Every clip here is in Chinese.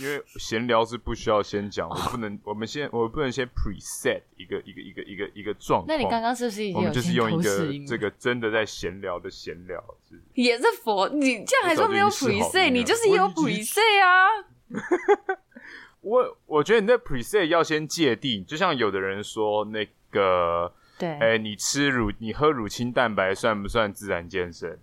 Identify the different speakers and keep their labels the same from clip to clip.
Speaker 1: 因为闲聊是不需要先讲，
Speaker 2: 哦
Speaker 1: 我不能，我们先，我不能先 preset 一个一个一个一个一个状况。
Speaker 2: 那你刚刚是不是已
Speaker 1: 哦我
Speaker 2: 经有
Speaker 1: 们就是用一
Speaker 2: 先偷试
Speaker 1: 个
Speaker 2: 音
Speaker 1: 这个真的在闲聊的闲聊，是
Speaker 3: 也是佛，你这样还说没有
Speaker 1: 我早就已经试好
Speaker 3: preset，
Speaker 1: 了
Speaker 3: 你就是也有
Speaker 1: 我已经
Speaker 3: preset 啊。
Speaker 1: 我我觉得你的 preset 要先界定，就像有的人说那个，
Speaker 2: 对，
Speaker 1: 哎、你吃乳你喝乳清蛋白算不算自然健身？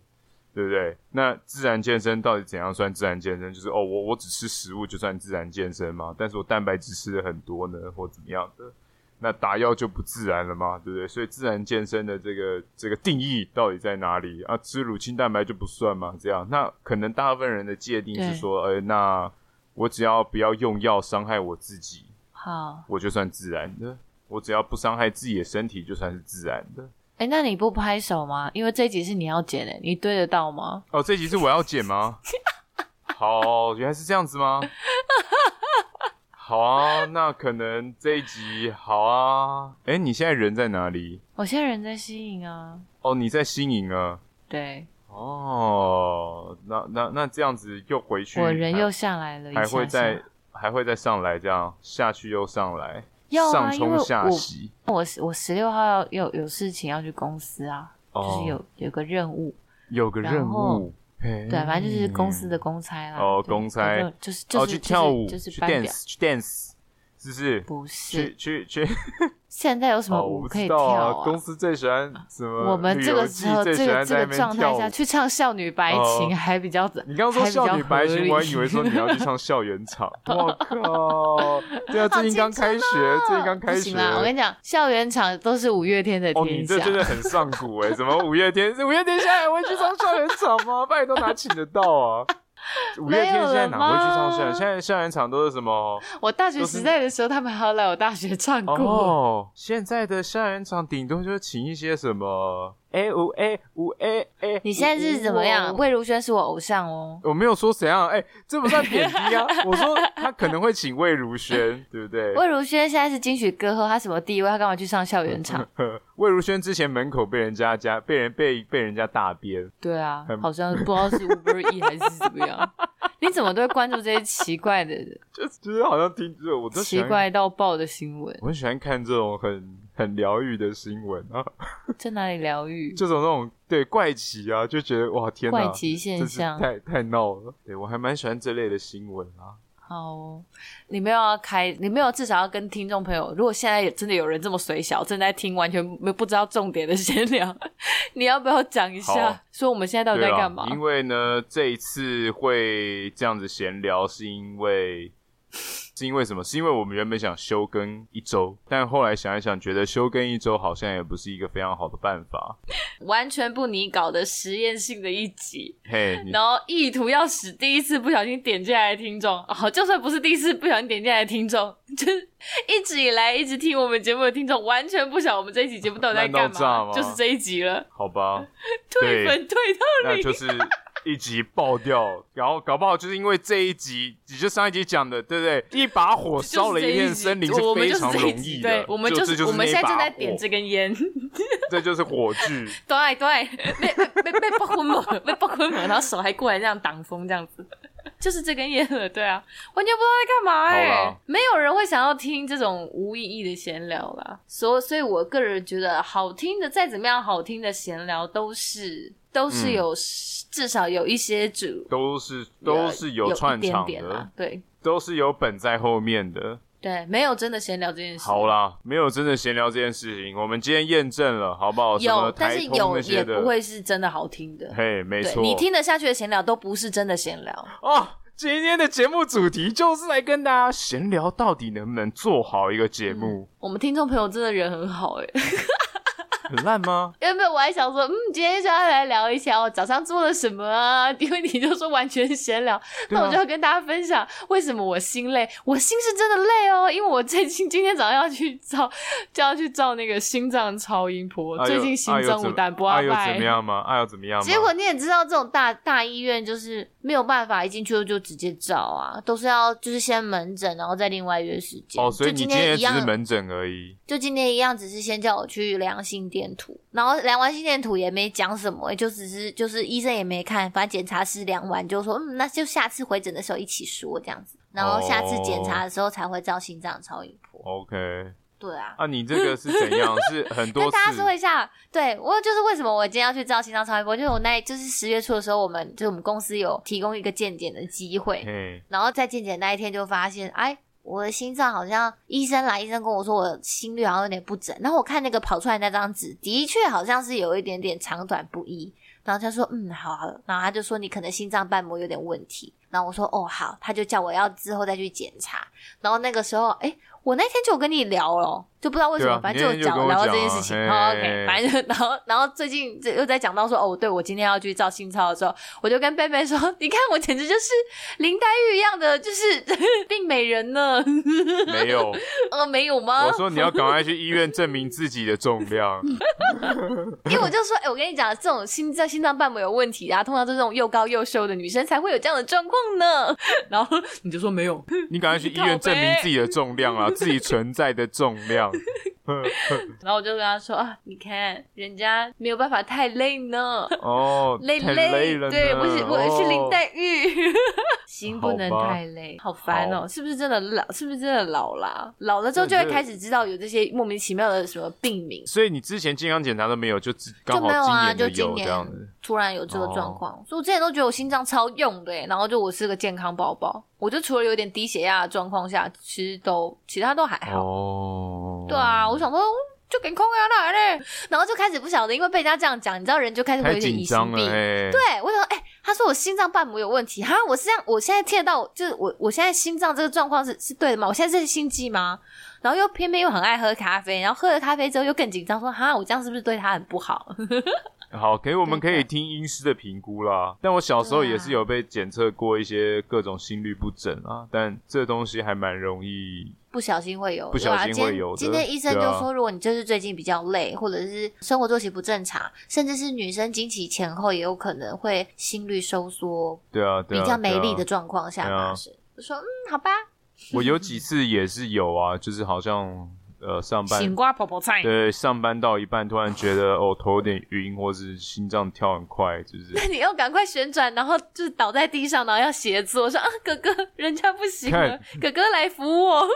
Speaker 1: 对不对？那自然健身到底怎样算自然健身？就是哦，我我只吃食物就算自然健身吗？但是我蛋白质吃的很多呢，或怎么样的？那打药就不自然了吗？对不对？所以自然健身的这个这个定义到底在哪里啊？吃乳清蛋白就不算吗？这样，那可能大部分人的界定
Speaker 2: 对
Speaker 1: 是说，呃，那我只要不要用药伤害我自己，
Speaker 2: 好，
Speaker 1: 我就算自然的；我只要不伤害自己的身体，就算是自然的。
Speaker 2: 哎，那你不拍手吗？因为这一集是你要剪的，你对得到吗？
Speaker 1: 哦，这集是我要剪 吗？好，原来是这样子吗？ 好啊，那可能这一集好啊。哎、你现在人在哪里？
Speaker 2: 我现在人在西营啊，
Speaker 1: 哦，你在新营啊。
Speaker 2: 对
Speaker 1: 哦，那那那这样子又回去，
Speaker 2: 我人又下来了一下
Speaker 1: 还还会
Speaker 2: 下
Speaker 1: 再还会再上来，这样下去又上来，
Speaker 2: 要啊
Speaker 1: 上
Speaker 2: 因为
Speaker 1: 冲下
Speaker 2: 我
Speaker 1: 洗。
Speaker 2: 我十我十六号要有有事情要去公司啊，
Speaker 1: 哦
Speaker 2: 就是有有个任务，
Speaker 1: 有个
Speaker 2: 然
Speaker 1: 任
Speaker 2: 后
Speaker 1: 务，对
Speaker 2: 对，反正就是公司的公差啦。
Speaker 1: 哦
Speaker 2: 对
Speaker 1: 公差
Speaker 2: 有任就是就
Speaker 1: 哦
Speaker 2: 是
Speaker 1: 去
Speaker 2: 就是
Speaker 1: 跳舞，
Speaker 2: 就是
Speaker 1: 去
Speaker 2: 班表，
Speaker 1: dance 去 dance，是不是？
Speaker 2: 不
Speaker 1: 去
Speaker 2: 是
Speaker 1: 去去，
Speaker 2: 现在有什么
Speaker 1: 哦我
Speaker 2: 舞
Speaker 1: 不
Speaker 2: 可以
Speaker 1: 知
Speaker 2: 跳
Speaker 1: 道啊！公司最喜欢什么？
Speaker 2: 我们这个时候
Speaker 1: 最
Speaker 2: 这
Speaker 1: 喜
Speaker 2: 个
Speaker 1: 欢
Speaker 2: 这
Speaker 1: 在那
Speaker 2: 个
Speaker 1: 边
Speaker 2: 状态
Speaker 1: 跳舞
Speaker 2: 下去唱少女白
Speaker 1: 哦
Speaker 2: 情还比较
Speaker 1: 你刚刚说
Speaker 2: 还比较
Speaker 1: 少女白
Speaker 2: 合
Speaker 1: 情，
Speaker 2: 理
Speaker 1: 我还以为说你 要去唱校园场。我靠！对啊，最近刚开学，最近刚
Speaker 2: 哦 不
Speaker 1: 开
Speaker 2: 行
Speaker 1: 学。
Speaker 2: 啦，我跟你讲，校园场都是五月天的
Speaker 1: 哦，你
Speaker 2: 天下
Speaker 1: 这。真的很上古哎、怎么五月天？五月天现在还会去上校园场吗？拜托哪请得到啊？五月天现在哪会去上校
Speaker 2: 没有了
Speaker 1: 园？
Speaker 2: 吗
Speaker 1: 现在校园场都是什么？
Speaker 2: 我大学时代的时候，他们还要来我大学唱过。
Speaker 1: 哦，现在的校园场顶多就是请一些什么哎五哎五哎哎。
Speaker 2: 你现在是怎么样？魏如萱是我偶像哦。
Speaker 1: 我没有说怎样，哎、这不算贬低 啊！我说他可能会请魏如萱，对不对？
Speaker 2: 魏如萱现在是金曲歌后，她什么地位？她干嘛去上 校园场？
Speaker 1: 魏如萱之前门口被人家家被人被被人家大便，
Speaker 2: 对啊
Speaker 1: 很，
Speaker 2: 好像不知道是 Uber E 还是怎么样。 你怎么都会关注这些奇怪的、
Speaker 1: 就就是好像听，就是我都喜
Speaker 2: 奇
Speaker 1: 欢，
Speaker 2: 怪到爆的新闻？
Speaker 1: 我很喜欢看这种很很疗愈的新闻啊，
Speaker 2: 在哪里疗愈？
Speaker 1: 这种那种对怪奇啊，就觉得哇天哪，
Speaker 2: 怪奇现
Speaker 1: 真是
Speaker 2: 象。
Speaker 1: 太太闹了。对我还蛮喜欢这类的新闻啊。
Speaker 2: 好哦，你没有要开，你没有至少要跟听众朋友，如果现在也真的有人这么水小，正在听完全没不知道重点的闲聊， 你要不要讲一
Speaker 1: 好
Speaker 2: 下，说我们现在到底
Speaker 1: 对
Speaker 2: 在
Speaker 1: 啊，
Speaker 2: 干嘛？
Speaker 1: 因为呢，这一次会这样子闲聊，是因为是因为什么？ 是因为我们原本想休更一周，但后来想一想，觉得休更一周好像也不是一个非常好的办法。
Speaker 2: 完全不拟稿的实验性的一集，
Speaker 1: 嘿，你
Speaker 2: 然后意图要使第一次不小心点进来的听众，好、就算不是第一次不小心点进来的听众，就是一直以来一直听我们节目的听众，完全不晓得我们这一集节目到底在干
Speaker 1: 烂到炸
Speaker 2: 嘛
Speaker 1: 吗，
Speaker 2: 就是这一集了，
Speaker 1: 好吧，对
Speaker 2: 退粉退到
Speaker 1: 那
Speaker 2: 零。
Speaker 1: 就是一集爆掉，然后搞不好就是因为这一集，也就上一集讲的，对不对？一把火烧了一片森林
Speaker 2: 就是这
Speaker 1: 非
Speaker 2: 一集
Speaker 1: 常
Speaker 2: 我
Speaker 1: 容
Speaker 2: 们就是这一
Speaker 1: 易
Speaker 2: 集
Speaker 1: 的
Speaker 2: 对，，我们
Speaker 1: 就
Speaker 2: 就是
Speaker 1: 就是
Speaker 2: 我们
Speaker 1: 那
Speaker 2: 现在
Speaker 1: 把
Speaker 2: 正在点
Speaker 1: 火
Speaker 2: 这根烟，
Speaker 1: 这就是火炬。
Speaker 2: 对对，被被被爆昏了，被爆昏了，然后手还过来这样挡风这样子，就是这根烟了，对啊，完全不知道在干嘛
Speaker 1: 好
Speaker 2: 哎、
Speaker 1: 啦
Speaker 2: 没有人会想要听这种无意义的闲聊啦，所所以我个人觉得好听的再怎么样好听的闲聊都是都是
Speaker 1: 嗯
Speaker 2: 有、至少有一些主
Speaker 1: 都是都是有串场的，
Speaker 2: 一点点啦，对
Speaker 1: 都是有本在后面的。
Speaker 2: 对，没有真的闲聊这件事，
Speaker 1: 好啦，没有真的闲聊这件事情，我们今天验证了，好不好？哦什么
Speaker 2: 有但
Speaker 1: 台
Speaker 2: 是
Speaker 1: 通
Speaker 2: 有
Speaker 1: 那
Speaker 2: 也
Speaker 1: 些的，
Speaker 2: 不会是真的好听的。
Speaker 1: 嘿，没
Speaker 2: 对
Speaker 1: 错。
Speaker 2: 你听得下去的闲聊都不是真的闲聊，
Speaker 1: 哦，今天的节目主题就是来跟大家闲聊，到底能不能做好一个节目？
Speaker 2: 我们听众朋友真的人很好 哎、
Speaker 1: 很烂 吗？
Speaker 2: 原本我还想说，嗯，今天就要来聊一下我早上做了什么啊，因为你就说完全闲聊，
Speaker 1: 对
Speaker 2: 那
Speaker 1: 啊
Speaker 2: 我就要跟大家分享为什么我心累，我心是真的累哦，因为我最近今天早上要去照，就要去照那个心脏超音波，
Speaker 1: 哎呦
Speaker 2: 最近心
Speaker 1: 哎呦
Speaker 2: 脏
Speaker 1: 怎
Speaker 2: 有
Speaker 1: 么
Speaker 2: 胆不
Speaker 1: 哎
Speaker 2: 阿
Speaker 1: 呦
Speaker 2: 拜
Speaker 1: 怎么。样吗？哎呦怎么样吗？
Speaker 2: 结果你也知道，这种大大医院就是没有办法一进去就直接照啊，都是要就是先门诊，然后再另外约时间。
Speaker 1: 哦，所以你
Speaker 2: 就
Speaker 1: 今
Speaker 2: 今天
Speaker 1: 天
Speaker 2: 一
Speaker 1: 只
Speaker 2: 样
Speaker 1: 是门诊而已。
Speaker 2: 就今天一样，只是先叫我去量心电图，然后量完心电图也没讲什么，就只是就是医生也没看，反正检查师量完就说，嗯，那就下次回诊的时候一起说这样子。然后下次检查的时候才会照心脏超音波。
Speaker 1: OK，
Speaker 2: 对啊，
Speaker 1: 啊，你这个是怎 样？是很多
Speaker 2: 跟大家
Speaker 1: 次
Speaker 2: 说一下，对我就是为什么我今天要去照心脏超音波，就是我那就是十月初的时候，我们就是我们公司有提供一个健检的机会，
Speaker 1: 嘿，
Speaker 2: 然后在健检那一天就发现，哎，我的心脏好像医生来，医生跟我说我的心率好像有点不整。然后我看那个跑出来那张纸，的确好像是有一点点长短不一。然后他说，嗯，好好了。然后他就说你可能心脏瓣膜有点问题。然后我说，哦，好。他就叫我要之后再去检查。然后那个时候，哎，我那天就有跟你聊了，就不知道为什么，
Speaker 1: 对啊
Speaker 2: 反
Speaker 1: 你
Speaker 2: 正
Speaker 1: 那天
Speaker 2: 就有讲
Speaker 1: 就跟我
Speaker 2: 聊到这
Speaker 1: 讲啊
Speaker 2: 件事情。
Speaker 1: 嘿
Speaker 2: 好 OK，反正就然后然后最近这又在讲到说，哦，对我今天要去照心超的时候，我就跟贝贝说，你看我简直就是林黛玉一样的，就是 病美人呢。
Speaker 1: 没有。
Speaker 2: 呃，没有吗
Speaker 1: 我？说你要赶快去医院证明自己的重量。
Speaker 2: 因为我就说，哎、我跟你讲，这种心脏心脏瓣膜有问题啊，通常都是这种又高又瘦的女生才会有这样的状况 呢。然后你就说没有，
Speaker 1: 你赶快去医院证明自己的重量啊，自己存在的重量。
Speaker 4: 然后我就跟他说啊，你看人家没有办法太累 呢，
Speaker 1: 哦，
Speaker 2: 累
Speaker 1: 太
Speaker 2: 累，
Speaker 1: 了呢。
Speaker 2: 对，我是我是林
Speaker 1: 哦
Speaker 2: 黛 玉。
Speaker 4: 心不能
Speaker 1: 好吧
Speaker 4: 太累，好烦哦
Speaker 1: 好，
Speaker 4: 是
Speaker 2: 是不是真的老？是不是真的老啦？老了之后就会开始知道有这些莫名其妙的什么病名，
Speaker 1: 所以你之前健康检查都没有，就只刚
Speaker 2: 就
Speaker 1: 好
Speaker 2: 没有啊，
Speaker 1: 今
Speaker 2: 就
Speaker 1: 的
Speaker 2: 今
Speaker 1: 有这样
Speaker 2: 年
Speaker 1: 子。
Speaker 2: 突然有这个状况，
Speaker 1: 哦
Speaker 2: 所以我之前都觉得我心脏超用的欸、然后就我是个健康宝宝，我就除了有点低血压的状况下，其实都其他都还好。
Speaker 1: 哦，
Speaker 2: 对啊，我想说嗯就给空压来嘞，然后就开始不晓得，因为被人家这样讲，你知道人就开始会
Speaker 1: 太
Speaker 2: 有点
Speaker 1: 紧
Speaker 2: 疑心
Speaker 1: 张了
Speaker 2: 病。
Speaker 1: 哎。
Speaker 2: 对，我想说，哎、他说我心脏瓣膜有问题，哈，我是这样，我现在听得到，就是我我现在心脏这个状况是是对的吗？我现在是心悸吗？然后又偏偏又很爱喝咖啡，然后喝了咖啡之后又更紧张，说哈，我这样是不是对他很不好？
Speaker 1: 好，可以，我们可以听医师的评估
Speaker 2: 啊
Speaker 1: 啦。但我小时候也是有被检测过一些各种心律不整啊，但这东西还蛮容易。
Speaker 2: 不小心会有，
Speaker 1: 不小心会有的
Speaker 2: 对吧今天今天医生就
Speaker 1: 对啊
Speaker 2: 说，如果你就是最近比较累，或者是生活作息不正常，甚至是女生经期前后也有可能会心率收缩，
Speaker 1: 对啊，对啊，
Speaker 2: 比较没力
Speaker 1: 对
Speaker 2: 的
Speaker 1: 啊。
Speaker 2: 状况下
Speaker 1: 对啊
Speaker 2: 发生。我说嗯，好吧，
Speaker 1: 我有几次也是有啊，就是好像呃上班
Speaker 4: 醒瓜婆婆菜。
Speaker 1: 对，上班到一半突然觉得哦头有点晕，或是心脏跳很快，就是
Speaker 2: 那 你要赶快旋转，然后就是倒在地上，然后要协作，说啊，哥哥，人家不行了
Speaker 1: 看，
Speaker 2: 哥哥来扶我。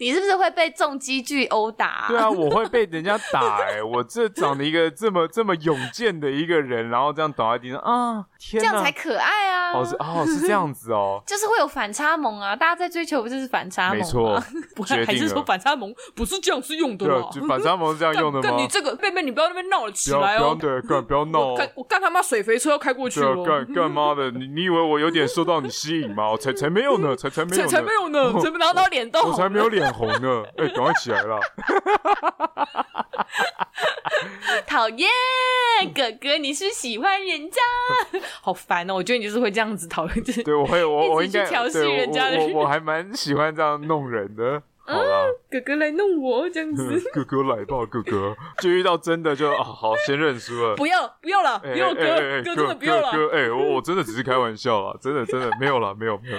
Speaker 2: 你是不是会被重击具殴打、
Speaker 1: 对啊，我会被人家打哎、我这长得一个这么这么勇健的一个人，然后这样倒在地上啊，天
Speaker 2: 这
Speaker 1: 哪，
Speaker 2: 样才可爱啊！，
Speaker 1: 哦是哦是这样子哦
Speaker 2: 就是会有反差萌啊，大家在追求不就是反差萌
Speaker 1: 没
Speaker 2: 吗？
Speaker 1: 错，
Speaker 4: 不
Speaker 1: 决定
Speaker 4: 然还是
Speaker 1: 了
Speaker 4: 说反差萌不是这样是用的
Speaker 1: 对
Speaker 4: 啦
Speaker 1: 啊，。就反差萌是这样用的
Speaker 4: 干
Speaker 1: 吗
Speaker 4: 你？这个贝贝，你不要那边闹了
Speaker 1: 不
Speaker 4: 起
Speaker 1: 要
Speaker 4: 来
Speaker 1: 不要
Speaker 4: 哦！
Speaker 1: 对，干不要闹
Speaker 4: 我
Speaker 1: 哦
Speaker 4: 干。我干他妈水肥车要开过去
Speaker 1: 对啊，
Speaker 4: 了，
Speaker 1: 干干妈的，你你以为我有点受到你吸引吗？我才才没有呢，才才没有
Speaker 4: 才
Speaker 1: 呢，
Speaker 4: 才没有呢，才没拿到脸都
Speaker 1: 我
Speaker 4: 红
Speaker 1: 才没有脸红呢！哎、赶快起来啦！
Speaker 2: 讨厌，哥哥，你是喜欢人 家？
Speaker 4: 好烦哦！我觉得你就是会这样子讨论，就是
Speaker 1: 对，我会，我我
Speaker 4: 一
Speaker 1: 应
Speaker 4: 直去
Speaker 1: 该
Speaker 4: 调戏
Speaker 1: 对
Speaker 4: 人家的
Speaker 1: 我
Speaker 4: 人
Speaker 1: 我我还蛮喜欢这样弄人的。好啦，
Speaker 4: 哥哥来弄我这样
Speaker 1: 嗯
Speaker 4: 子，
Speaker 1: 哥哥来吧，哥哥。就遇到真的就啊，好，先认输了。
Speaker 4: 不要不要了，
Speaker 1: 哎
Speaker 4: 不要
Speaker 1: 哎
Speaker 4: 哥
Speaker 1: 哎哎
Speaker 4: 哥真
Speaker 1: 哥
Speaker 4: 的不要了。
Speaker 1: 哥，哎，我我真的只是开玩笑啦，真的真的没有啦，没有没有。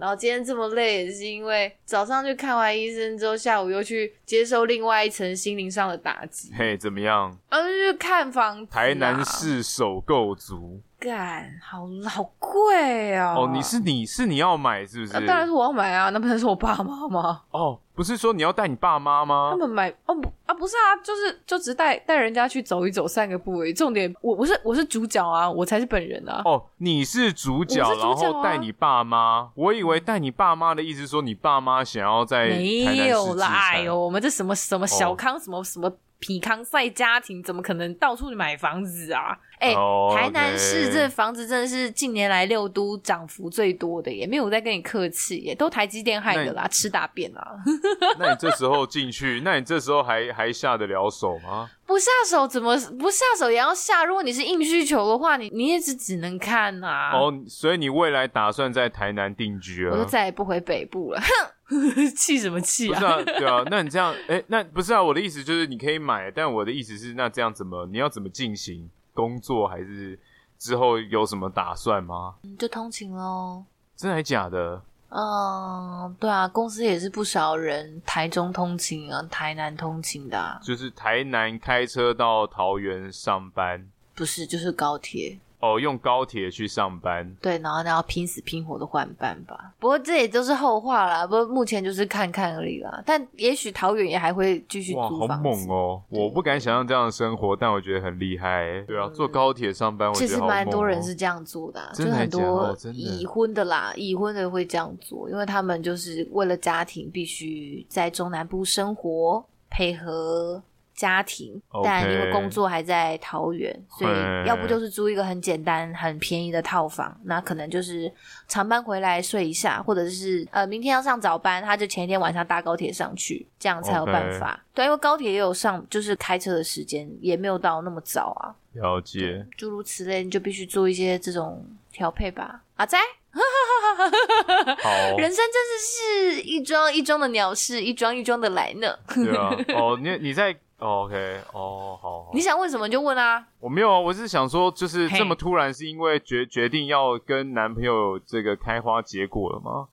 Speaker 2: 然后今天这么累，也是因为早上去看完医生之后，下午又去接受另外一层心灵上的打击，
Speaker 1: 嘿，怎么样？
Speaker 2: 然后就去看房子啊、
Speaker 1: 台南市首购族
Speaker 2: 干，好好贵啊！
Speaker 1: 哦，你是你是你要买是不是
Speaker 2: 啊？当然是我要买啊，那不能是我爸妈吗？
Speaker 1: 哦，不是说你要带你爸妈
Speaker 2: 他
Speaker 1: 吗？
Speaker 2: 们买哦不啊不是啊，就是就只是带带人家去走一走、散个步而已。重点我我是我是主角啊，我才是本人啊。
Speaker 1: 哦，你是主角，
Speaker 2: 我是主角
Speaker 1: 然
Speaker 2: 啊
Speaker 1: 后带你爸妈。我以为带你爸妈的意思是说你爸妈想要在哎台南
Speaker 2: 没
Speaker 1: 市
Speaker 2: 有
Speaker 1: 置
Speaker 2: 啦，
Speaker 1: 产
Speaker 2: 哎呦，我们这什么什么小康、什么什么皮康赛家庭，怎么可能到处买房子啊？哎、
Speaker 1: 哦
Speaker 2: 台南市
Speaker 1: OK
Speaker 2: 这房子真的是近年来六都涨幅最多的耶，没有在跟你客气耶，都台积电害的啦，吃大便啦，
Speaker 1: 那你这时候进去，那你这时候还还下得了手吗？
Speaker 2: 不下手怎么不下手也要下？如果你是硬需求的话，你你也是只能看啊。
Speaker 1: 哦，所以你未来打算在台南定居
Speaker 2: 我就
Speaker 1: 啊？
Speaker 2: 再也不回北部了，
Speaker 4: 气什么气
Speaker 1: 不
Speaker 4: 啊
Speaker 1: 是？啊，对啊，那你这样， 哎、那不是啊，我的意思就是你可以买，但我的意思是，那这样怎么你要怎么进行工作，还是之后有什么打算吗？
Speaker 2: 嗯就通勤喽。
Speaker 1: 真的还假的？
Speaker 2: 嗯，对啊，公司也是不少人台中通勤啊，台南通勤的、啊，
Speaker 1: 就是台南开车到桃园上班，
Speaker 2: 不是就是高铁。
Speaker 1: 哦，用高铁去上班，
Speaker 3: 对，然后然后拼死拼活的换班吧。
Speaker 2: 不过这也都是后话啦，不过目前就是看看而已啦。但也许桃园也还会继续
Speaker 1: 哇，
Speaker 2: 租
Speaker 1: 好
Speaker 2: 房
Speaker 1: 猛
Speaker 2: 子，
Speaker 1: 哦！我不敢想象这样的生活，但我觉得很厉害欸。对啊，坐高铁上班，我
Speaker 2: 嗯其
Speaker 1: 觉得
Speaker 2: 实
Speaker 1: 好
Speaker 2: 蛮
Speaker 1: 猛
Speaker 2: 多人
Speaker 1: 哦
Speaker 2: 是这样做的啊、
Speaker 1: 真
Speaker 2: 就
Speaker 1: 的
Speaker 2: 很
Speaker 1: 假的
Speaker 2: 多
Speaker 1: 哦真的
Speaker 2: 已婚的啦，已婚的会这样做，因为他们就是为了家庭必须在中南部生活，配合。家庭
Speaker 1: OK
Speaker 2: 但因为工作还在桃园，所以要不就是租一个很简单、很便宜的套房，那可能就是长班回来睡一下，或者是呃明天要上早班，他就前一天晚上搭高铁上去，这样才有办
Speaker 1: OK
Speaker 2: 法。对，因为高铁也有上，就是开车的时间也没有到那么早啊。
Speaker 1: 了解，
Speaker 2: 诸如此类，你就必须做一些这种调配吧。阿仔，
Speaker 1: 好，
Speaker 2: 人生真的是一桩一桩的鸟事，一桩一桩的来呢。
Speaker 1: 对啊，哦，你你在、哦、，OK，哦，好好
Speaker 2: 你，想问什么就问啊。
Speaker 1: 我没有啊，我是想说，就是
Speaker 3: 嘿
Speaker 1: 这么突然，是因为决决定要跟男朋友这个开花结果了吗？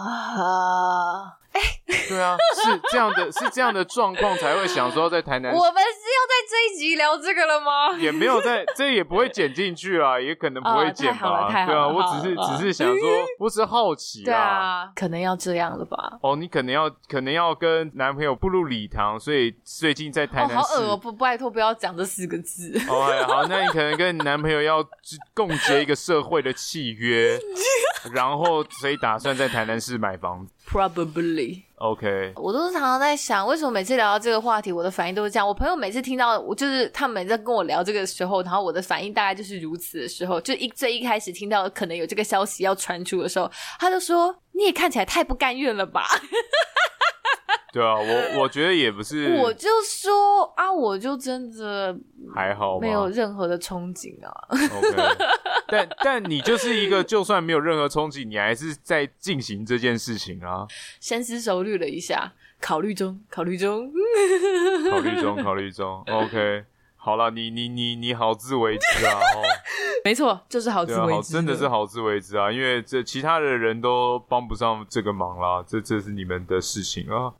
Speaker 2: 呃，
Speaker 1: 对啊，是这样的，是这样的状况才会想说要在台南，
Speaker 2: 呃我们是要在这一集聊这个了吗？
Speaker 1: 也没啊有在，这也不会剪进去啊，也可能不会
Speaker 2: 哦
Speaker 1: 剪
Speaker 2: 太好了
Speaker 1: 吧，
Speaker 2: 太好
Speaker 1: 对啊，
Speaker 2: 了
Speaker 1: 我
Speaker 2: 好
Speaker 1: 只是
Speaker 2: 了
Speaker 1: 只是想说，我只是好奇
Speaker 2: 对
Speaker 1: 啦。
Speaker 2: 啊，可能要这样了吧。
Speaker 1: 哦，你可能要可能要跟男朋友步入礼堂，所以最近在台
Speaker 2: 哦，
Speaker 1: 南
Speaker 2: 好
Speaker 1: 市。
Speaker 2: 恶哦！不，拜托不要讲这四个字。
Speaker 1: 哦，哎好，那你可能跟你男朋友要共结一个社会的契约，然后所以打算在台南市买房子。
Speaker 3: Probably，
Speaker 1: OK，
Speaker 2: 我都是常常在想，为什么每次聊到这个话题，我的反应都是这样。我朋友每次听到我，就是他们每次在跟我聊这个时候，然后我的反应大概就是如此的时候，就一最一开始听到可能有这个消息要传出的时候，他就说：“你也看起来太不甘愿了吧
Speaker 1: 对啊，我我觉得也不？”是，
Speaker 2: 我就说：“啊，我就真的
Speaker 1: 还好吧
Speaker 2: 没有任何的憧憬啊。
Speaker 1: OK，但但你就是一个，就算没有任何憧憬，你还是在进行这件事情啊，”
Speaker 2: 深思熟虑了一下，考虑中，考虑中。嗯
Speaker 1: 考虑中，考虑中。OK，好了，你你你你好自为之啊。哦
Speaker 3: 没错，就是好
Speaker 1: 对
Speaker 3: 自
Speaker 1: 啊，好，
Speaker 3: 为之。
Speaker 1: 真的是好自为之啊！因为这其他的人都帮不上这个忙啦，这这是你们的事情啊。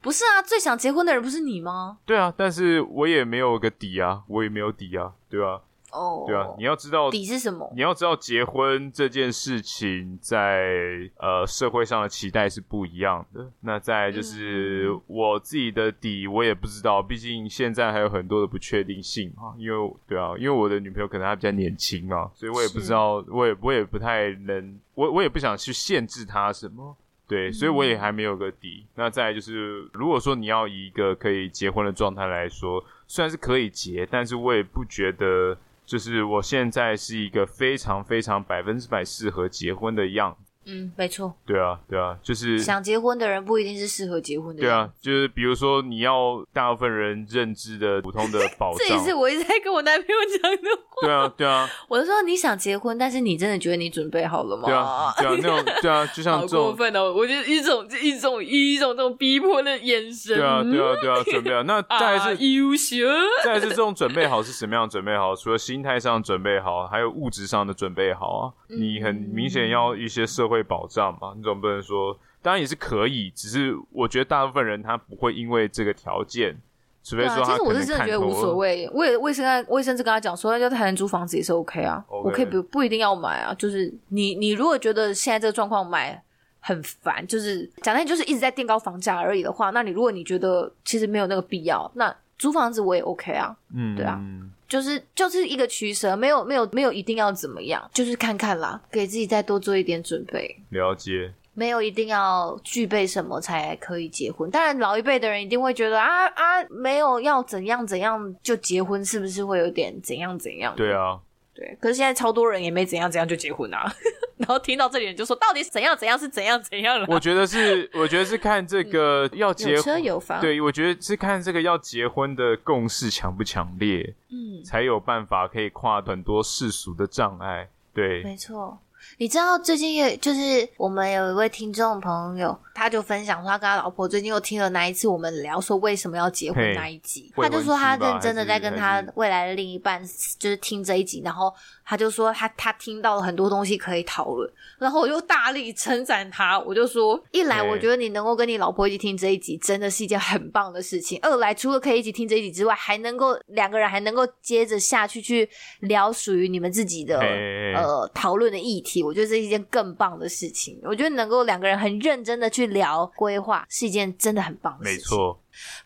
Speaker 2: 不是啊，最想结婚的人不是你吗？
Speaker 1: 对啊，但是我也没有个底啊，我也没有底啊，对吧、
Speaker 2: 哦，
Speaker 1: 对啊，你要知道，
Speaker 2: 底是什么？
Speaker 1: 你要知道，结婚这件事情在呃社会上的期待是不一样的。那再来就是我自己的底，我也不知道，毕竟现在还有很多的不确定性嘛。因为对啊，因为我的女朋友可能她比较年轻啊，所以我也不知道，我也我也不太能，我我也不想去限制她什么。对，所以我也还没有个底。那再来就是，如果说你要以一个可以结婚的状态来说，虽然是可以结，但是我也不觉得，就是我现在是一个非常非常百分之百适合结婚的样子。
Speaker 2: 嗯，没错，
Speaker 1: 对啊，对啊，就是
Speaker 2: 想结婚的人不一定是适合结婚的
Speaker 1: 对
Speaker 2: 人。
Speaker 1: 啊，就是比如说你要大部分人认知的普通的保
Speaker 2: 这也是
Speaker 1: 障，
Speaker 2: 我一直在跟我男朋友讲的话。
Speaker 1: 对啊，对啊，
Speaker 2: 我就说你想结婚，但是你真的觉得你准备好了吗？
Speaker 1: 对啊，对啊，那种对啊，就像
Speaker 3: 好
Speaker 1: 这
Speaker 3: 过
Speaker 1: 种
Speaker 3: 分哦！我觉得一种一种一种这种逼迫的眼神，
Speaker 1: 对啊，对
Speaker 2: 嗯
Speaker 1: 啊，对啊，准备好。那再来
Speaker 3: 啊
Speaker 1: 是
Speaker 3: 优秀。
Speaker 1: 再来是这种准备好是什么样的准备好？除了心态上准备好，还有物质上的准备好啊。
Speaker 2: 嗯
Speaker 1: 你很明显要一些社会保障嘛，你总不能说，当然也是可以，只是我觉得大部分人他不会因为这个条件，除非
Speaker 2: 对啊，
Speaker 1: 说
Speaker 2: 其
Speaker 1: 他
Speaker 2: 实
Speaker 1: 可
Speaker 2: 我
Speaker 1: 能
Speaker 2: 是真的
Speaker 1: 看
Speaker 2: 觉得无所
Speaker 1: 透。
Speaker 2: 谓。我也我也是跟我也甚至跟他讲说，要在台南租房子也是 OK 啊
Speaker 1: OK
Speaker 2: 我可以不不一定要买啊。就是你你如果觉得现在这个状况买很烦，就是讲真，就是一直在垫高房价而已的话，那你如果你觉得其实没有那个必要，那租房子我也 OK 啊。
Speaker 1: 嗯，
Speaker 2: 对啊就是就是一个取舍，没有没有没有一定要怎么样，就是看看啦，给自己再多做一点准备。
Speaker 1: 了解。
Speaker 2: 没有一定要具备什么才可以结婚。当然，老一辈的人一定会觉得啊啊，没有要怎样怎样就结婚，是不是会有点怎样怎样？
Speaker 1: 对啊，
Speaker 2: 对。可是现在超多人也没怎样怎样就结婚啊。 然后听到这里人就说，到底怎样怎样是怎样怎样了？
Speaker 1: 我觉得是， 我觉得是看这个要结
Speaker 2: 嗯有车
Speaker 1: 婚，
Speaker 2: 有房，
Speaker 1: 对我觉得是看这个要结婚的共识强不强烈，
Speaker 2: 嗯，
Speaker 1: 才有办法可以跨很多世俗的障碍。对，
Speaker 2: 没错。你知道最近也就是我们有一位听众朋友，他就分享说他跟他老婆最近又听了那一次我们聊说为什么要结婚
Speaker 1: 嘿
Speaker 2: 那一集，
Speaker 1: 未
Speaker 2: 他
Speaker 1: 婚
Speaker 2: 就说他
Speaker 1: 妻吧
Speaker 2: 认真的在跟
Speaker 1: 还
Speaker 2: 他
Speaker 1: 是还是
Speaker 2: 未来的另一半就是听这一集，然后他就说他他听到了很多东西可以讨论，然后我就大力称赞他，我就说，一来
Speaker 1: 对
Speaker 2: 我觉得你能够跟你老婆一起听这一集，真的是一件很棒的事情；二来除了可以一起听这一集之外，还能够两个人还能够接着下去去聊属于你们自己的
Speaker 1: 嘿嘿嘿
Speaker 2: 呃讨论的议题，我觉得这是一件更棒的事情。我觉得能够两个人很认真的去聊规划，是一件真的很棒的事
Speaker 1: 没
Speaker 2: 情。
Speaker 1: 错，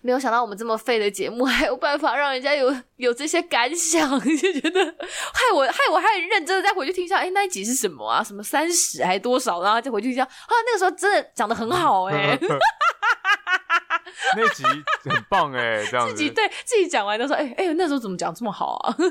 Speaker 2: 没有想到我们这么废的节目还有办法让人家有 有这些感想，就觉得害我害我还很认真的再回去听一下，哎，那一集是什么啊？什么三十还多少？然后再回去听一下，啊，那个时候真的讲的很好哎、
Speaker 1: 那集很棒哎、这样
Speaker 2: 自己
Speaker 1: 子。
Speaker 2: 对自己讲完都说，哎哎，那时候怎么讲这么好啊？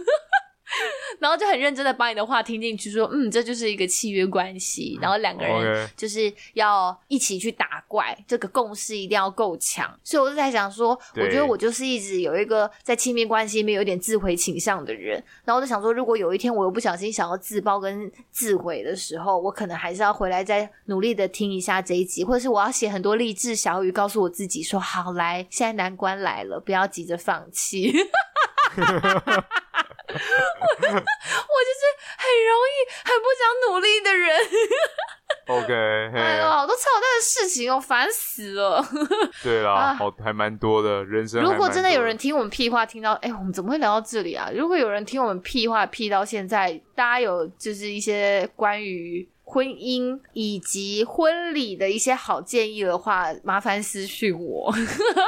Speaker 2: 然后就很认真的把你的话听进去，说，嗯，这就是一个契约关系，然后两个人
Speaker 1: OK，
Speaker 2: 就是要一起去打怪，这个共识一定要够强。所以我就在想说，我
Speaker 1: 对
Speaker 2: 觉得我就是一直有一个在亲密关系里面有点自毁倾向的人。然后我就想说，如果有一天我又不小心想要自爆跟自毁的时候，我可能还是要回来再努力的听一下这一集，或者是我要写很多励志小语，告诉我自己说：好来，现在难关来了，不要急着放弃。我就是很容易、很不想努力的人。
Speaker 1: OK，嘿
Speaker 2: 哎呦，好多操蛋的事情哦，烦死了！
Speaker 1: 对
Speaker 2: 啊
Speaker 1: 啦，好还蛮多的，人生还
Speaker 2: 如
Speaker 1: 蛮多
Speaker 2: 果 真的有人听我们屁话，听到哎、我们怎么会聊到这里啊？如果有人听我们屁话屁到现在，大家有就是一些关于婚姻以及婚礼的一些好建议的话，麻烦私讯我。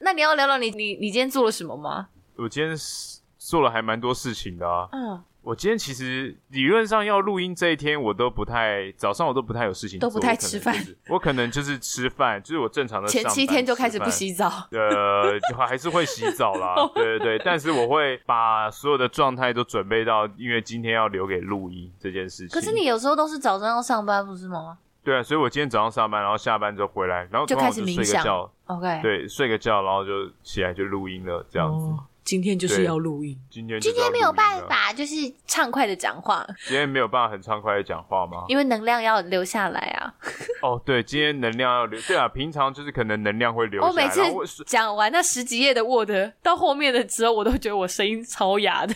Speaker 2: 那你要聊聊你你你今天做了什么吗？
Speaker 1: 我今天是做了还蛮多事情的啊。
Speaker 2: 嗯，
Speaker 1: 我今天其实理论上要录音这一天，我都不太早上我都不太有事情做，
Speaker 2: 都不太吃饭
Speaker 1: 我可能就是。我可能就是吃饭，就是我正常的
Speaker 2: 前七天就开始不
Speaker 1: 洗，
Speaker 2: 洗澡，
Speaker 1: 呃，就还是会洗澡 啦。对对对，但是我会把所有的状态都准备到，因为今天要留给录音这件事情。
Speaker 2: 可是你有时候都是早上要上班，不是吗
Speaker 1: 对啊，所以我今天早上上班，然后下班之后回来，然后
Speaker 2: 就
Speaker 1: 通常
Speaker 2: 开始
Speaker 1: 我
Speaker 2: 冥
Speaker 1: 睡个
Speaker 2: 想
Speaker 1: 觉，
Speaker 2: ？OK，
Speaker 1: 对，睡个觉，然后就起来就录音了，这样子。
Speaker 3: 哦，今天就是
Speaker 1: 对
Speaker 3: 要录音，
Speaker 1: 今天就
Speaker 2: 今
Speaker 1: 是要
Speaker 2: 天没有
Speaker 1: 录音
Speaker 2: 办
Speaker 1: 了，
Speaker 2: 法，就是畅快的讲话，
Speaker 1: 今天没有办法很畅快的讲话吗？
Speaker 2: 因为能量要留下来啊。
Speaker 1: 哦，对，今天能量要留，对啊，平常就是可能能量会留下
Speaker 2: 我
Speaker 1: 来，
Speaker 2: 哦每次
Speaker 1: 然后我是
Speaker 2: 讲完那十几页的 Word，到后面的时候，我都觉得我声音超哑的。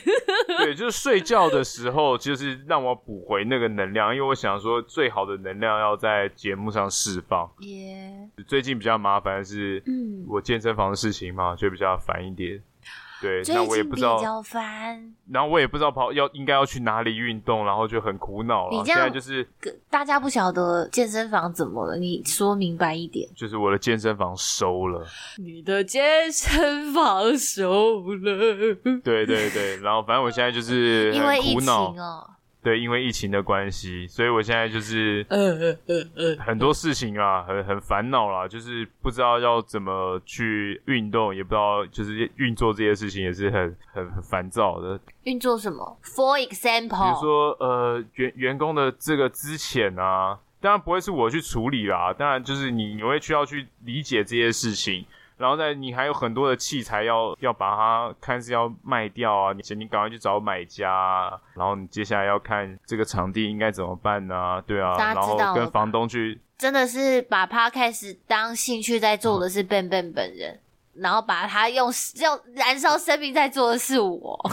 Speaker 1: 对，就是睡觉的时候，就是让我补回那个能量，因为我想说最好的能量要在节目上释放。
Speaker 2: 耶，
Speaker 1: 最近比较麻烦的是
Speaker 2: 嗯，
Speaker 1: 我健身房的事情嘛，就比较烦一点。对，
Speaker 2: 最
Speaker 1: 那我也
Speaker 2: 近
Speaker 1: 不
Speaker 2: 比
Speaker 1: 知道，
Speaker 2: 较烦，
Speaker 1: 然后我也不知道跑要应该要去哪里运动，然后就很苦恼
Speaker 2: 你
Speaker 1: 了。
Speaker 2: 这
Speaker 1: 现
Speaker 2: 样
Speaker 1: 在就是
Speaker 2: 可大家不晓得健身房怎么了，你说明白一点。
Speaker 1: 就是我的健身房收了，
Speaker 3: 你的健身房收了，
Speaker 1: 对对 对，然后反正我现在就是
Speaker 2: 因为
Speaker 1: 很
Speaker 2: 疫
Speaker 1: 苦
Speaker 2: 情
Speaker 1: 恼，
Speaker 2: 哦，
Speaker 1: 对，因为疫情的关系，所以我现在就是
Speaker 3: 呃呃呃呃，
Speaker 1: 很多事情啊，很很烦恼啦，就是不知道要怎么去运动，也不知道就是运作这些事情也是很很很烦躁的。比
Speaker 2: 运作什么？For
Speaker 1: 如
Speaker 2: example，
Speaker 1: 说呃员员工的这个资遣啊，当然不会是我去处理啦，当然就是你你会需要去理解这些事情。然后在你还有很多的器材要要把它看是要卖掉啊，你你赶快去找买家、啊，然后你接下来要看这个场地应该怎么办啊，对啊，
Speaker 2: 大家
Speaker 1: 然后
Speaker 2: 知道了
Speaker 1: 跟
Speaker 2: 吧
Speaker 1: 房东去
Speaker 2: 真的是把 Podcast 当兴趣在做的是笨笨本人。然后把它用用燃烧生命在做的是我，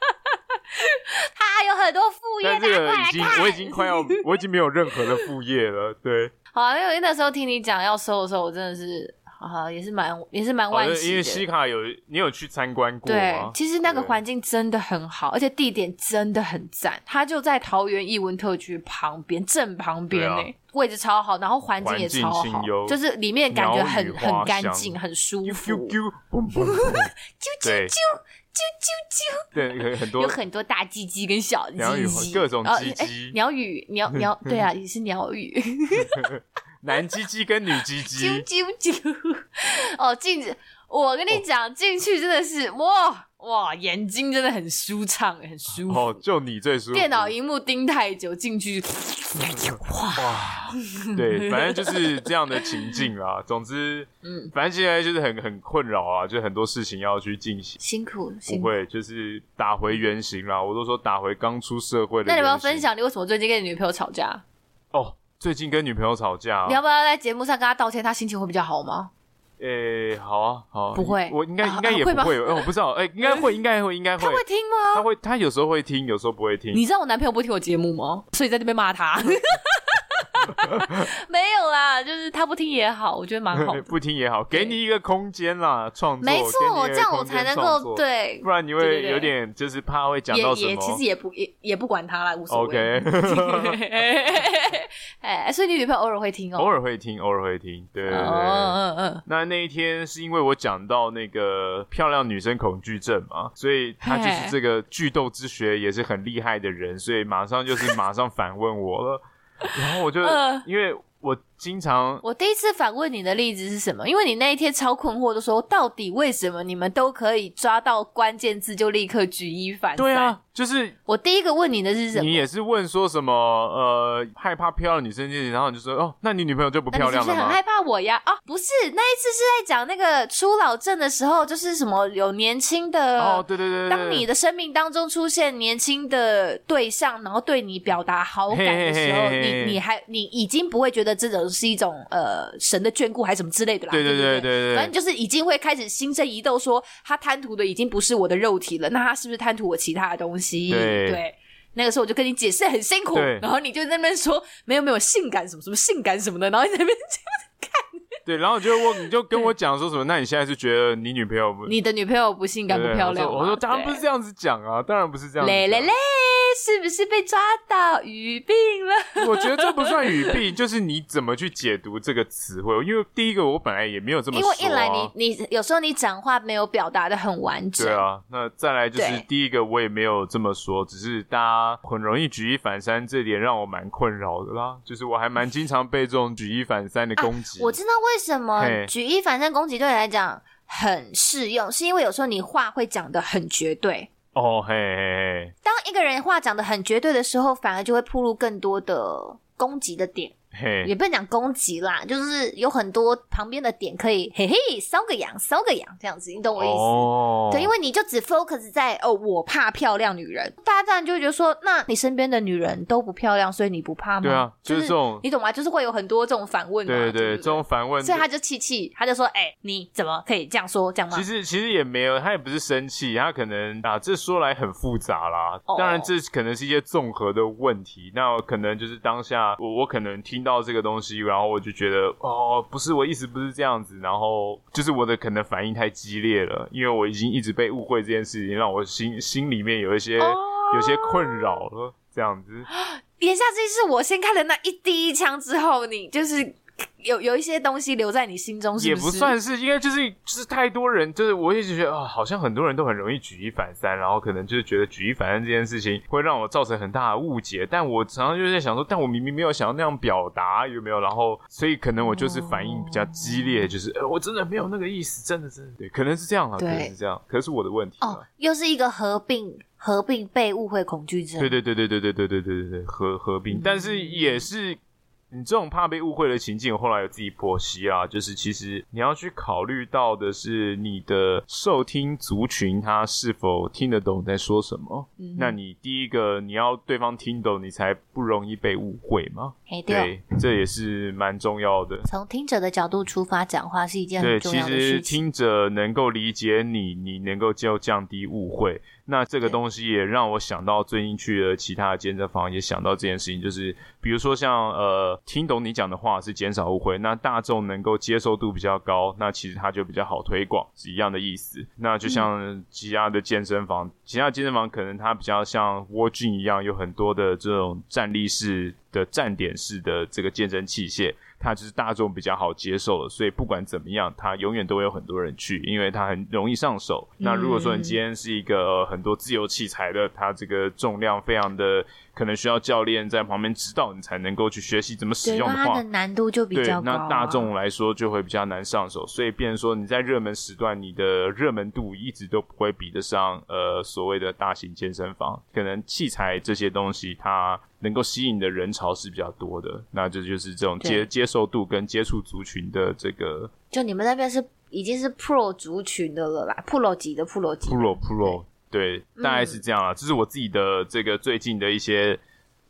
Speaker 2: 他有很多副业，
Speaker 1: 但
Speaker 2: 大
Speaker 1: 这
Speaker 2: 家
Speaker 1: 个
Speaker 2: 快
Speaker 1: 已
Speaker 2: 来
Speaker 1: 经，
Speaker 2: 看。
Speaker 1: 我已经快要，我已经没有任何的副业了。对，
Speaker 2: 好、啊，因为那时候听你讲要收的时候，我真的是啊，也是蛮也是蛮
Speaker 1: 好
Speaker 2: 惋
Speaker 1: 的，因为
Speaker 2: 惜
Speaker 1: 西
Speaker 2: 的。
Speaker 1: 卡有你有去参观过
Speaker 2: 对
Speaker 1: 吗，？
Speaker 2: 其实那个
Speaker 1: 对
Speaker 2: 环境真的很好，而且地点真的很赞。它就在桃园艺文特区旁边，正旁边呢、
Speaker 1: 对啊
Speaker 2: 位置超好，然后环境也超
Speaker 1: 环境
Speaker 2: 好
Speaker 1: 清幽，
Speaker 2: 就是里面感觉很
Speaker 1: 鸟语花香
Speaker 2: 很干净，很舒
Speaker 1: 啾
Speaker 2: 服
Speaker 1: 啾。啾，嘣嘣嘣，
Speaker 2: 啾啾
Speaker 1: 对
Speaker 2: 啾啾
Speaker 1: 对，很很
Speaker 2: 啾，有
Speaker 1: 多
Speaker 2: 很多大鸡鸡跟小
Speaker 1: 鸟
Speaker 2: 鸡
Speaker 1: 语
Speaker 2: 鸡，
Speaker 1: 各种
Speaker 2: 呃
Speaker 1: 鸡
Speaker 2: 哎
Speaker 1: 鸡
Speaker 2: 鸟语鸟 鸟，对啊，也是鸟语。
Speaker 1: 男鸡鸡跟女鸡鸡
Speaker 2: 啾，啾啾！哦，进去，我跟你
Speaker 1: 哦
Speaker 2: 讲，进去真的是哇哇，眼睛真的很舒畅，很舒服。
Speaker 1: 哦，就你最舒服。
Speaker 2: 电脑荧幕盯太久，进去哇，
Speaker 1: 哇，对，反正就是这样的情境 啦。总之，
Speaker 2: 嗯，
Speaker 1: 反正现在就是很很困扰啊，就很多事情要去进行。
Speaker 2: 辛苦辛
Speaker 1: 不
Speaker 2: 苦。
Speaker 1: 会，就是打回原形啦。我都说打回刚出社会的。
Speaker 2: 那你要不要分？享你为什么最近跟你女朋友吵架？
Speaker 1: 哦，最近跟女朋友吵架啊，
Speaker 2: 你要不要在节目上跟她道歉，她心情会比较好吗？
Speaker 1: 诶、好啊，好啊，
Speaker 2: 不会
Speaker 1: 我应该
Speaker 2: 啊
Speaker 1: 应该也
Speaker 2: 会
Speaker 1: 不
Speaker 2: 吧
Speaker 1: 会，哎、我不知道，哎、应该 会，应该会，应该会
Speaker 2: 他，会听吗？
Speaker 1: 他会，他有时候会听，有时候不会听。
Speaker 3: 你知道我男朋友不听我节目吗？所以在那边骂他。
Speaker 4: 没有啦，就是他不听也好，我觉得蛮好的。
Speaker 1: 不听也好，给你一个空间啦，创作。
Speaker 2: 没
Speaker 1: 给
Speaker 2: 错，
Speaker 1: 你一个
Speaker 2: 这样我
Speaker 1: 空间
Speaker 2: 才能
Speaker 1: 创
Speaker 2: 够
Speaker 1: 作，
Speaker 2: 对
Speaker 1: 不然你
Speaker 3: 对
Speaker 1: 会
Speaker 3: 对对
Speaker 1: 有点就是怕会讲
Speaker 3: 也
Speaker 1: 到什
Speaker 3: 也
Speaker 1: 么。
Speaker 3: 其实也不也也不管他啦，无所谓。
Speaker 1: OK，
Speaker 2: 哎，所以你女朋友偶尔会听
Speaker 1: 偶
Speaker 2: 哦。
Speaker 1: 尔会听，偶尔会听，对对对对
Speaker 3: 哦嗯嗯，
Speaker 1: 那那一天是因为我讲到那个漂亮女生恐惧症嘛，所以他就是这个剧斗之学也是很厉害的人，所以马上就是马上反问 我了，然后我就、
Speaker 3: 呃
Speaker 2: 嗯
Speaker 1: 因为我经常
Speaker 2: 我第一次反问你的例子是什么？因为你那一天超困惑的说，到底为什么你们都可以抓到关键字就立刻举一反三？
Speaker 1: 对，啊，就是
Speaker 2: 我第一个问你的是什么
Speaker 1: 你？也是问说什么呃害怕漂亮女生这些，然后你就说哦，那你女朋友就不
Speaker 2: 那
Speaker 1: 漂
Speaker 2: 你是
Speaker 1: 亮
Speaker 2: 不是
Speaker 1: 了
Speaker 2: 很
Speaker 1: 吗？
Speaker 2: 害怕我呀？啊，不是，那一次是在讲那个初老症的时候，就是什么有年轻的
Speaker 1: 哦，对对对对，
Speaker 2: 当你的生命当中出现年轻的对象，然后对你表达好感的时候，
Speaker 1: 嘿嘿嘿嘿嘿
Speaker 2: 你你还你已经不会觉得这种是一种呃神的眷顾还是什么之类的啦。
Speaker 1: 对对
Speaker 2: 对
Speaker 1: 对对
Speaker 2: 不
Speaker 1: 对
Speaker 2: 反正就是已经会开始心生疑窦，说他贪图的已经不是我的肉体了，那他是不是贪图我其他的东西？
Speaker 1: 对
Speaker 2: 那个时候我就跟你解释很辛苦
Speaker 1: 对，
Speaker 2: 然后你就在那边说没有没有性感什么什么性感什么的，然后你在那边
Speaker 1: 对，然后你就问，你就跟我讲说什么？那你现在是觉得你女朋友不
Speaker 2: 嗯你的女朋友不性感不
Speaker 1: 对
Speaker 2: 漂亮
Speaker 1: 我
Speaker 2: 吗
Speaker 1: 说，我说当然不
Speaker 2: 对
Speaker 1: 是这样子讲啊，当然不是这样子。
Speaker 2: 嘞嘞嘞，，是不是被抓到鱼病了？
Speaker 1: 我觉得这不算语病，就是你怎么去解读这个词汇。因为第一个我本来也没有这么
Speaker 2: 因
Speaker 1: 说、啊，
Speaker 2: 为一来你你有时候你讲话没有表达的很完整，
Speaker 1: 对啊，那再来就是
Speaker 2: 对
Speaker 1: 第一个我也没有这么说，只是大家很容易举一反三，这点让我蛮困扰的啦。就是我还蛮经常被这种举一反三的攻击。
Speaker 2: 啊我知道为什
Speaker 1: 嘿
Speaker 2: 么举一反三攻击对你来讲很适用，是因为有时候你话会讲的很绝对。
Speaker 1: 哦嘿嘿嘿。
Speaker 2: 当一个人话讲的很绝对的时候，反而就会铺露更多的攻击的点，也
Speaker 1: 嘿，
Speaker 2: 不能讲攻击啦，就是有很多旁边的点可以嘿嘿搔个痒搔个痒这样子，你懂我意思？
Speaker 1: 哦，
Speaker 2: 对，因
Speaker 1: 为
Speaker 2: 为你就只 focus 在哦，我怕漂亮女人，大家自然就会觉得说，那你身边的女人都不漂亮，所以你不怕吗？
Speaker 1: 对啊
Speaker 2: 就
Speaker 1: 就是这种
Speaker 2: 你懂吗？就是会有很多这种反问嘛，
Speaker 1: 对对
Speaker 2: 对
Speaker 1: 对，
Speaker 2: 不
Speaker 1: 这种反问，
Speaker 2: 所以他就气气，他就说，哎、你怎么可以这样说这样吗
Speaker 1: 其？实其实也没有，他也不是生气，他可能啊，这说来很复杂啦。
Speaker 2: 哦
Speaker 1: 当然，这可能是一些综合的问题。那可能就是当下我我可能听到这个东西，然后我就觉得哦，不是我意思不是这样子，然后就是我的可能反应太激烈了，因为我已经一直被误会这件事情，让我心心里面有一些、
Speaker 2: 哦
Speaker 1: 有些困扰了。这样子，
Speaker 2: 言下之意是我先开了那一第一枪之后，你就是有有一些东西留在你心中，是
Speaker 1: 也
Speaker 2: 不
Speaker 1: 不
Speaker 2: 是
Speaker 1: 算是，应该就是就是太多人，就是我一直觉得啊、好像很多人都很容易举一反三，然后可能就是觉得举一反三这件事情会让我造成很大的误解。但我常常就在想说，但我明明没有想要那样表达，有没有？然后所以可能我
Speaker 2: 哦
Speaker 1: 就是反应比较激烈，就是呃，我真的没有那个意思，真的真的对，可能是这样啊，可
Speaker 2: 对
Speaker 1: 能是这样，可能是我的问题啊。
Speaker 2: 哦，又是一个合并合并被误会恐惧症，
Speaker 1: 对对对对对对对对对对对合合并，但是也是你这种怕被误会的情境，我后来有自己剖析啊，就是其实你要去考虑到的是你的受听族群他是否听得懂你在说什么。
Speaker 2: 嗯
Speaker 1: 那你第一个你要对方听懂，你才不容易被误会嘛。
Speaker 2: 嘿对哦。
Speaker 1: 对，这也是蛮重要的。
Speaker 2: 从听者的角度出发讲话是一件
Speaker 1: 对，
Speaker 2: 很重
Speaker 1: 其
Speaker 2: 要的
Speaker 1: 实
Speaker 2: 事情。
Speaker 1: 听者能够理解你，你能够就降低误会。那这个
Speaker 2: 对
Speaker 1: 东西也让我想到最近去的其他的健身房，也想到这件事情，就是比如说像呃，听懂你讲的话是减少误会，那大众能够接受度比较高，那其实它就比较好推广，是一样的意思。那就
Speaker 2: 嗯
Speaker 1: 像其他的健身房，其他的健身房可能它比较像蜗菌一样，有很多的这种站立式的站点式的这个健身器械，它就是大众比较好接受了，所以不管怎么样，它永远都会有很多人去，因为它很容易上手。那如果说你今天是一个、呃很多自由器材的，它这个重量非常的，可能需要教练在旁边指导你才能够去学习怎么使
Speaker 2: 对，
Speaker 1: 用的
Speaker 2: 它
Speaker 1: 话
Speaker 2: 的，难度就比
Speaker 1: 对，
Speaker 2: 较高、啊
Speaker 1: 那大。众来说就会比较难上手，所以变成说你在热门时段，你的热门度一直都不会比得上呃所谓的大型健身房，可能器材这些东西它能够吸引的人潮是比较多的，那这就是这种接
Speaker 2: 对
Speaker 1: 接受度跟接触族群的这个
Speaker 2: 就你们那边是已经是 pro 族群的了啦，pro 级的 pro 级
Speaker 1: pro pro 对，大概是
Speaker 2: 嗯
Speaker 1: 这样啊，这是我自己的这个最近的一些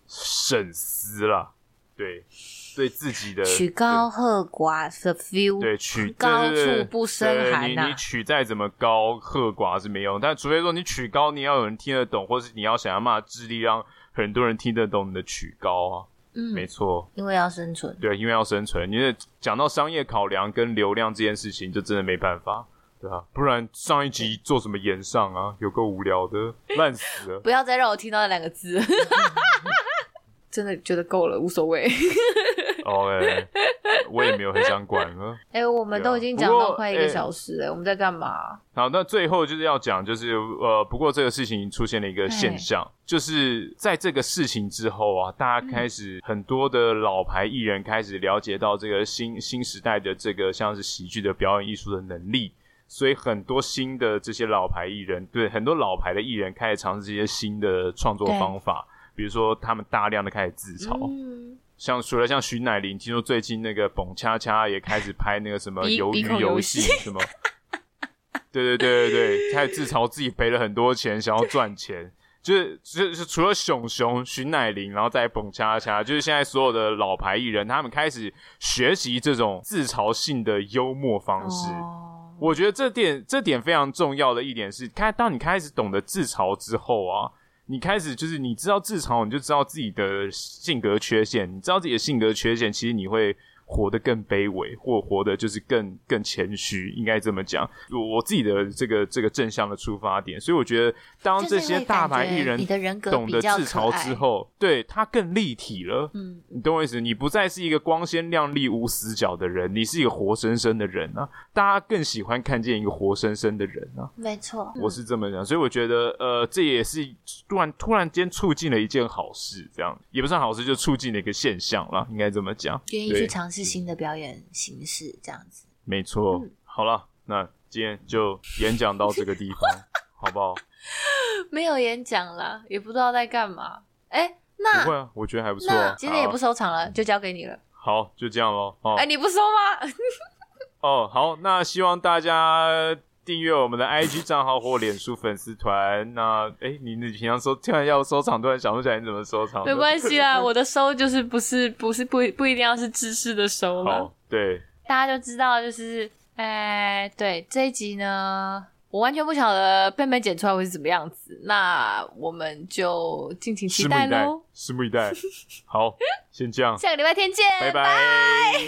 Speaker 1: 审思啦，对，所以自己的
Speaker 2: 曲高和寡的 feel，
Speaker 1: 对曲
Speaker 2: 高
Speaker 1: 对对对
Speaker 2: 处不胜
Speaker 1: 对
Speaker 2: 寒啊呐、
Speaker 1: 你你曲再怎么高和寡是没用，但除非说你曲高，你要有人听得懂，或是你要想要嘛致力让很多人听得懂你的曲高啊，没
Speaker 2: 嗯，
Speaker 1: 错。
Speaker 2: 因为要生存。
Speaker 1: 对，因为要生存，因为讲到商业考量跟流量这件事情，就真的没办法，对啊，不然上一集做什么演上啊，有够无聊 的，烂死了。
Speaker 2: 不要再让我听到那两个字。
Speaker 3: 真的觉得够了，无所谓。
Speaker 1: 哦，哎，我也没有很想管了。
Speaker 2: 哎、我们都已经讲
Speaker 1: 对啊不
Speaker 2: 到
Speaker 1: 过
Speaker 2: 快一
Speaker 1: 哎
Speaker 2: 个小时。
Speaker 3: 小时哎、我们在干嘛？
Speaker 1: 好，那最后就是要讲，就是呃，不过这个事情出现了一个现象，就是在这个事情之后啊，大家开始、很多的老牌艺人开始了解到这个新新时代的这个像是喜剧的表演艺术的能力，所以很多新的这些老牌艺人，对很多老牌的艺人开始尝试这些新的创作
Speaker 2: 对
Speaker 1: 方法，比如说他们大量的开始自嘲，
Speaker 3: 嗯，
Speaker 1: 像除了像徐乃麟，听说最近那个蹦恰恰也开始拍那个什么
Speaker 3: 鼻
Speaker 1: 鱿
Speaker 3: 鼻孔
Speaker 1: 鱼
Speaker 3: 游
Speaker 1: 游戏什么，对对对对对，他也自嘲自己赔了很多钱，想要赚钱。就是就是除了熊熊、徐乃麟，然后再蹦恰恰，就是现在所有的老牌艺人，他们开始学习这种自嘲性的幽默方式。
Speaker 2: 哦，
Speaker 1: 我觉得这点这点非常重要的一点是，开当你开始懂得自嘲之后啊，你开始就是你知道自嘲，你就知道自己的性格缺陷，你知道自己的性格缺陷，其实你会活得更卑微，或活得就是更更谦虚，应该这么讲。我我自己的这个这个正向的出发点，所以我觉得当
Speaker 2: 就是
Speaker 1: 这些
Speaker 2: 会
Speaker 1: 大
Speaker 2: 感
Speaker 1: 牌
Speaker 2: 觉
Speaker 1: 艺人
Speaker 2: 你的人格
Speaker 1: 懂
Speaker 2: 比
Speaker 1: 得
Speaker 2: 较
Speaker 1: 自
Speaker 2: 可
Speaker 1: 嘲之
Speaker 2: 爱
Speaker 1: 后，对他更立体了。
Speaker 2: 嗯，
Speaker 1: 你懂我意思？你不再是一个光鲜亮丽、无死角的人，你是一个活生生的人啊！大家更喜欢看见一个活生生的人啊！
Speaker 2: 没错。嗯
Speaker 1: 我是这么想，所以我觉得，呃，这也是突然突然间促进了一件好事，这样也不算好事，就促进了一个现象啦，应该这么讲。
Speaker 2: 愿意
Speaker 1: 对
Speaker 2: 去尝试新的表演形式，这样子。
Speaker 1: 没错，
Speaker 2: 嗯
Speaker 1: 好了，那今天就演讲到这个地 方，好不好？
Speaker 2: 没有演讲啦，也不知道在干嘛。哎、
Speaker 1: 不
Speaker 2: 那
Speaker 1: 会啊，我觉得还不错、
Speaker 2: 那
Speaker 1: 啊。
Speaker 2: 今天也不
Speaker 1: 好
Speaker 2: 收场了，就交给你了。
Speaker 1: 好，就这样咯。哦、
Speaker 2: 哎、你不收吗？
Speaker 1: 哦，好，那希望大家订阅我们的 IG 账号或脸书粉丝团。那，哎，你你平常说突然要收场，突然想不起来你怎么收场的，
Speaker 4: 没关系 啦，我的收就是不是不是不不一定要是知识的收嘛，
Speaker 1: 好，对，
Speaker 4: 大家就知道就是，哎、对这一集呢，我完全不晓得贝贝剪出来会是怎么样子，那我们就敬请期
Speaker 1: 拭目
Speaker 4: 待
Speaker 1: 以待
Speaker 4: 喽，，
Speaker 1: 拭目以待。好，先这样，
Speaker 4: 下个礼拜天见，
Speaker 1: 拜拜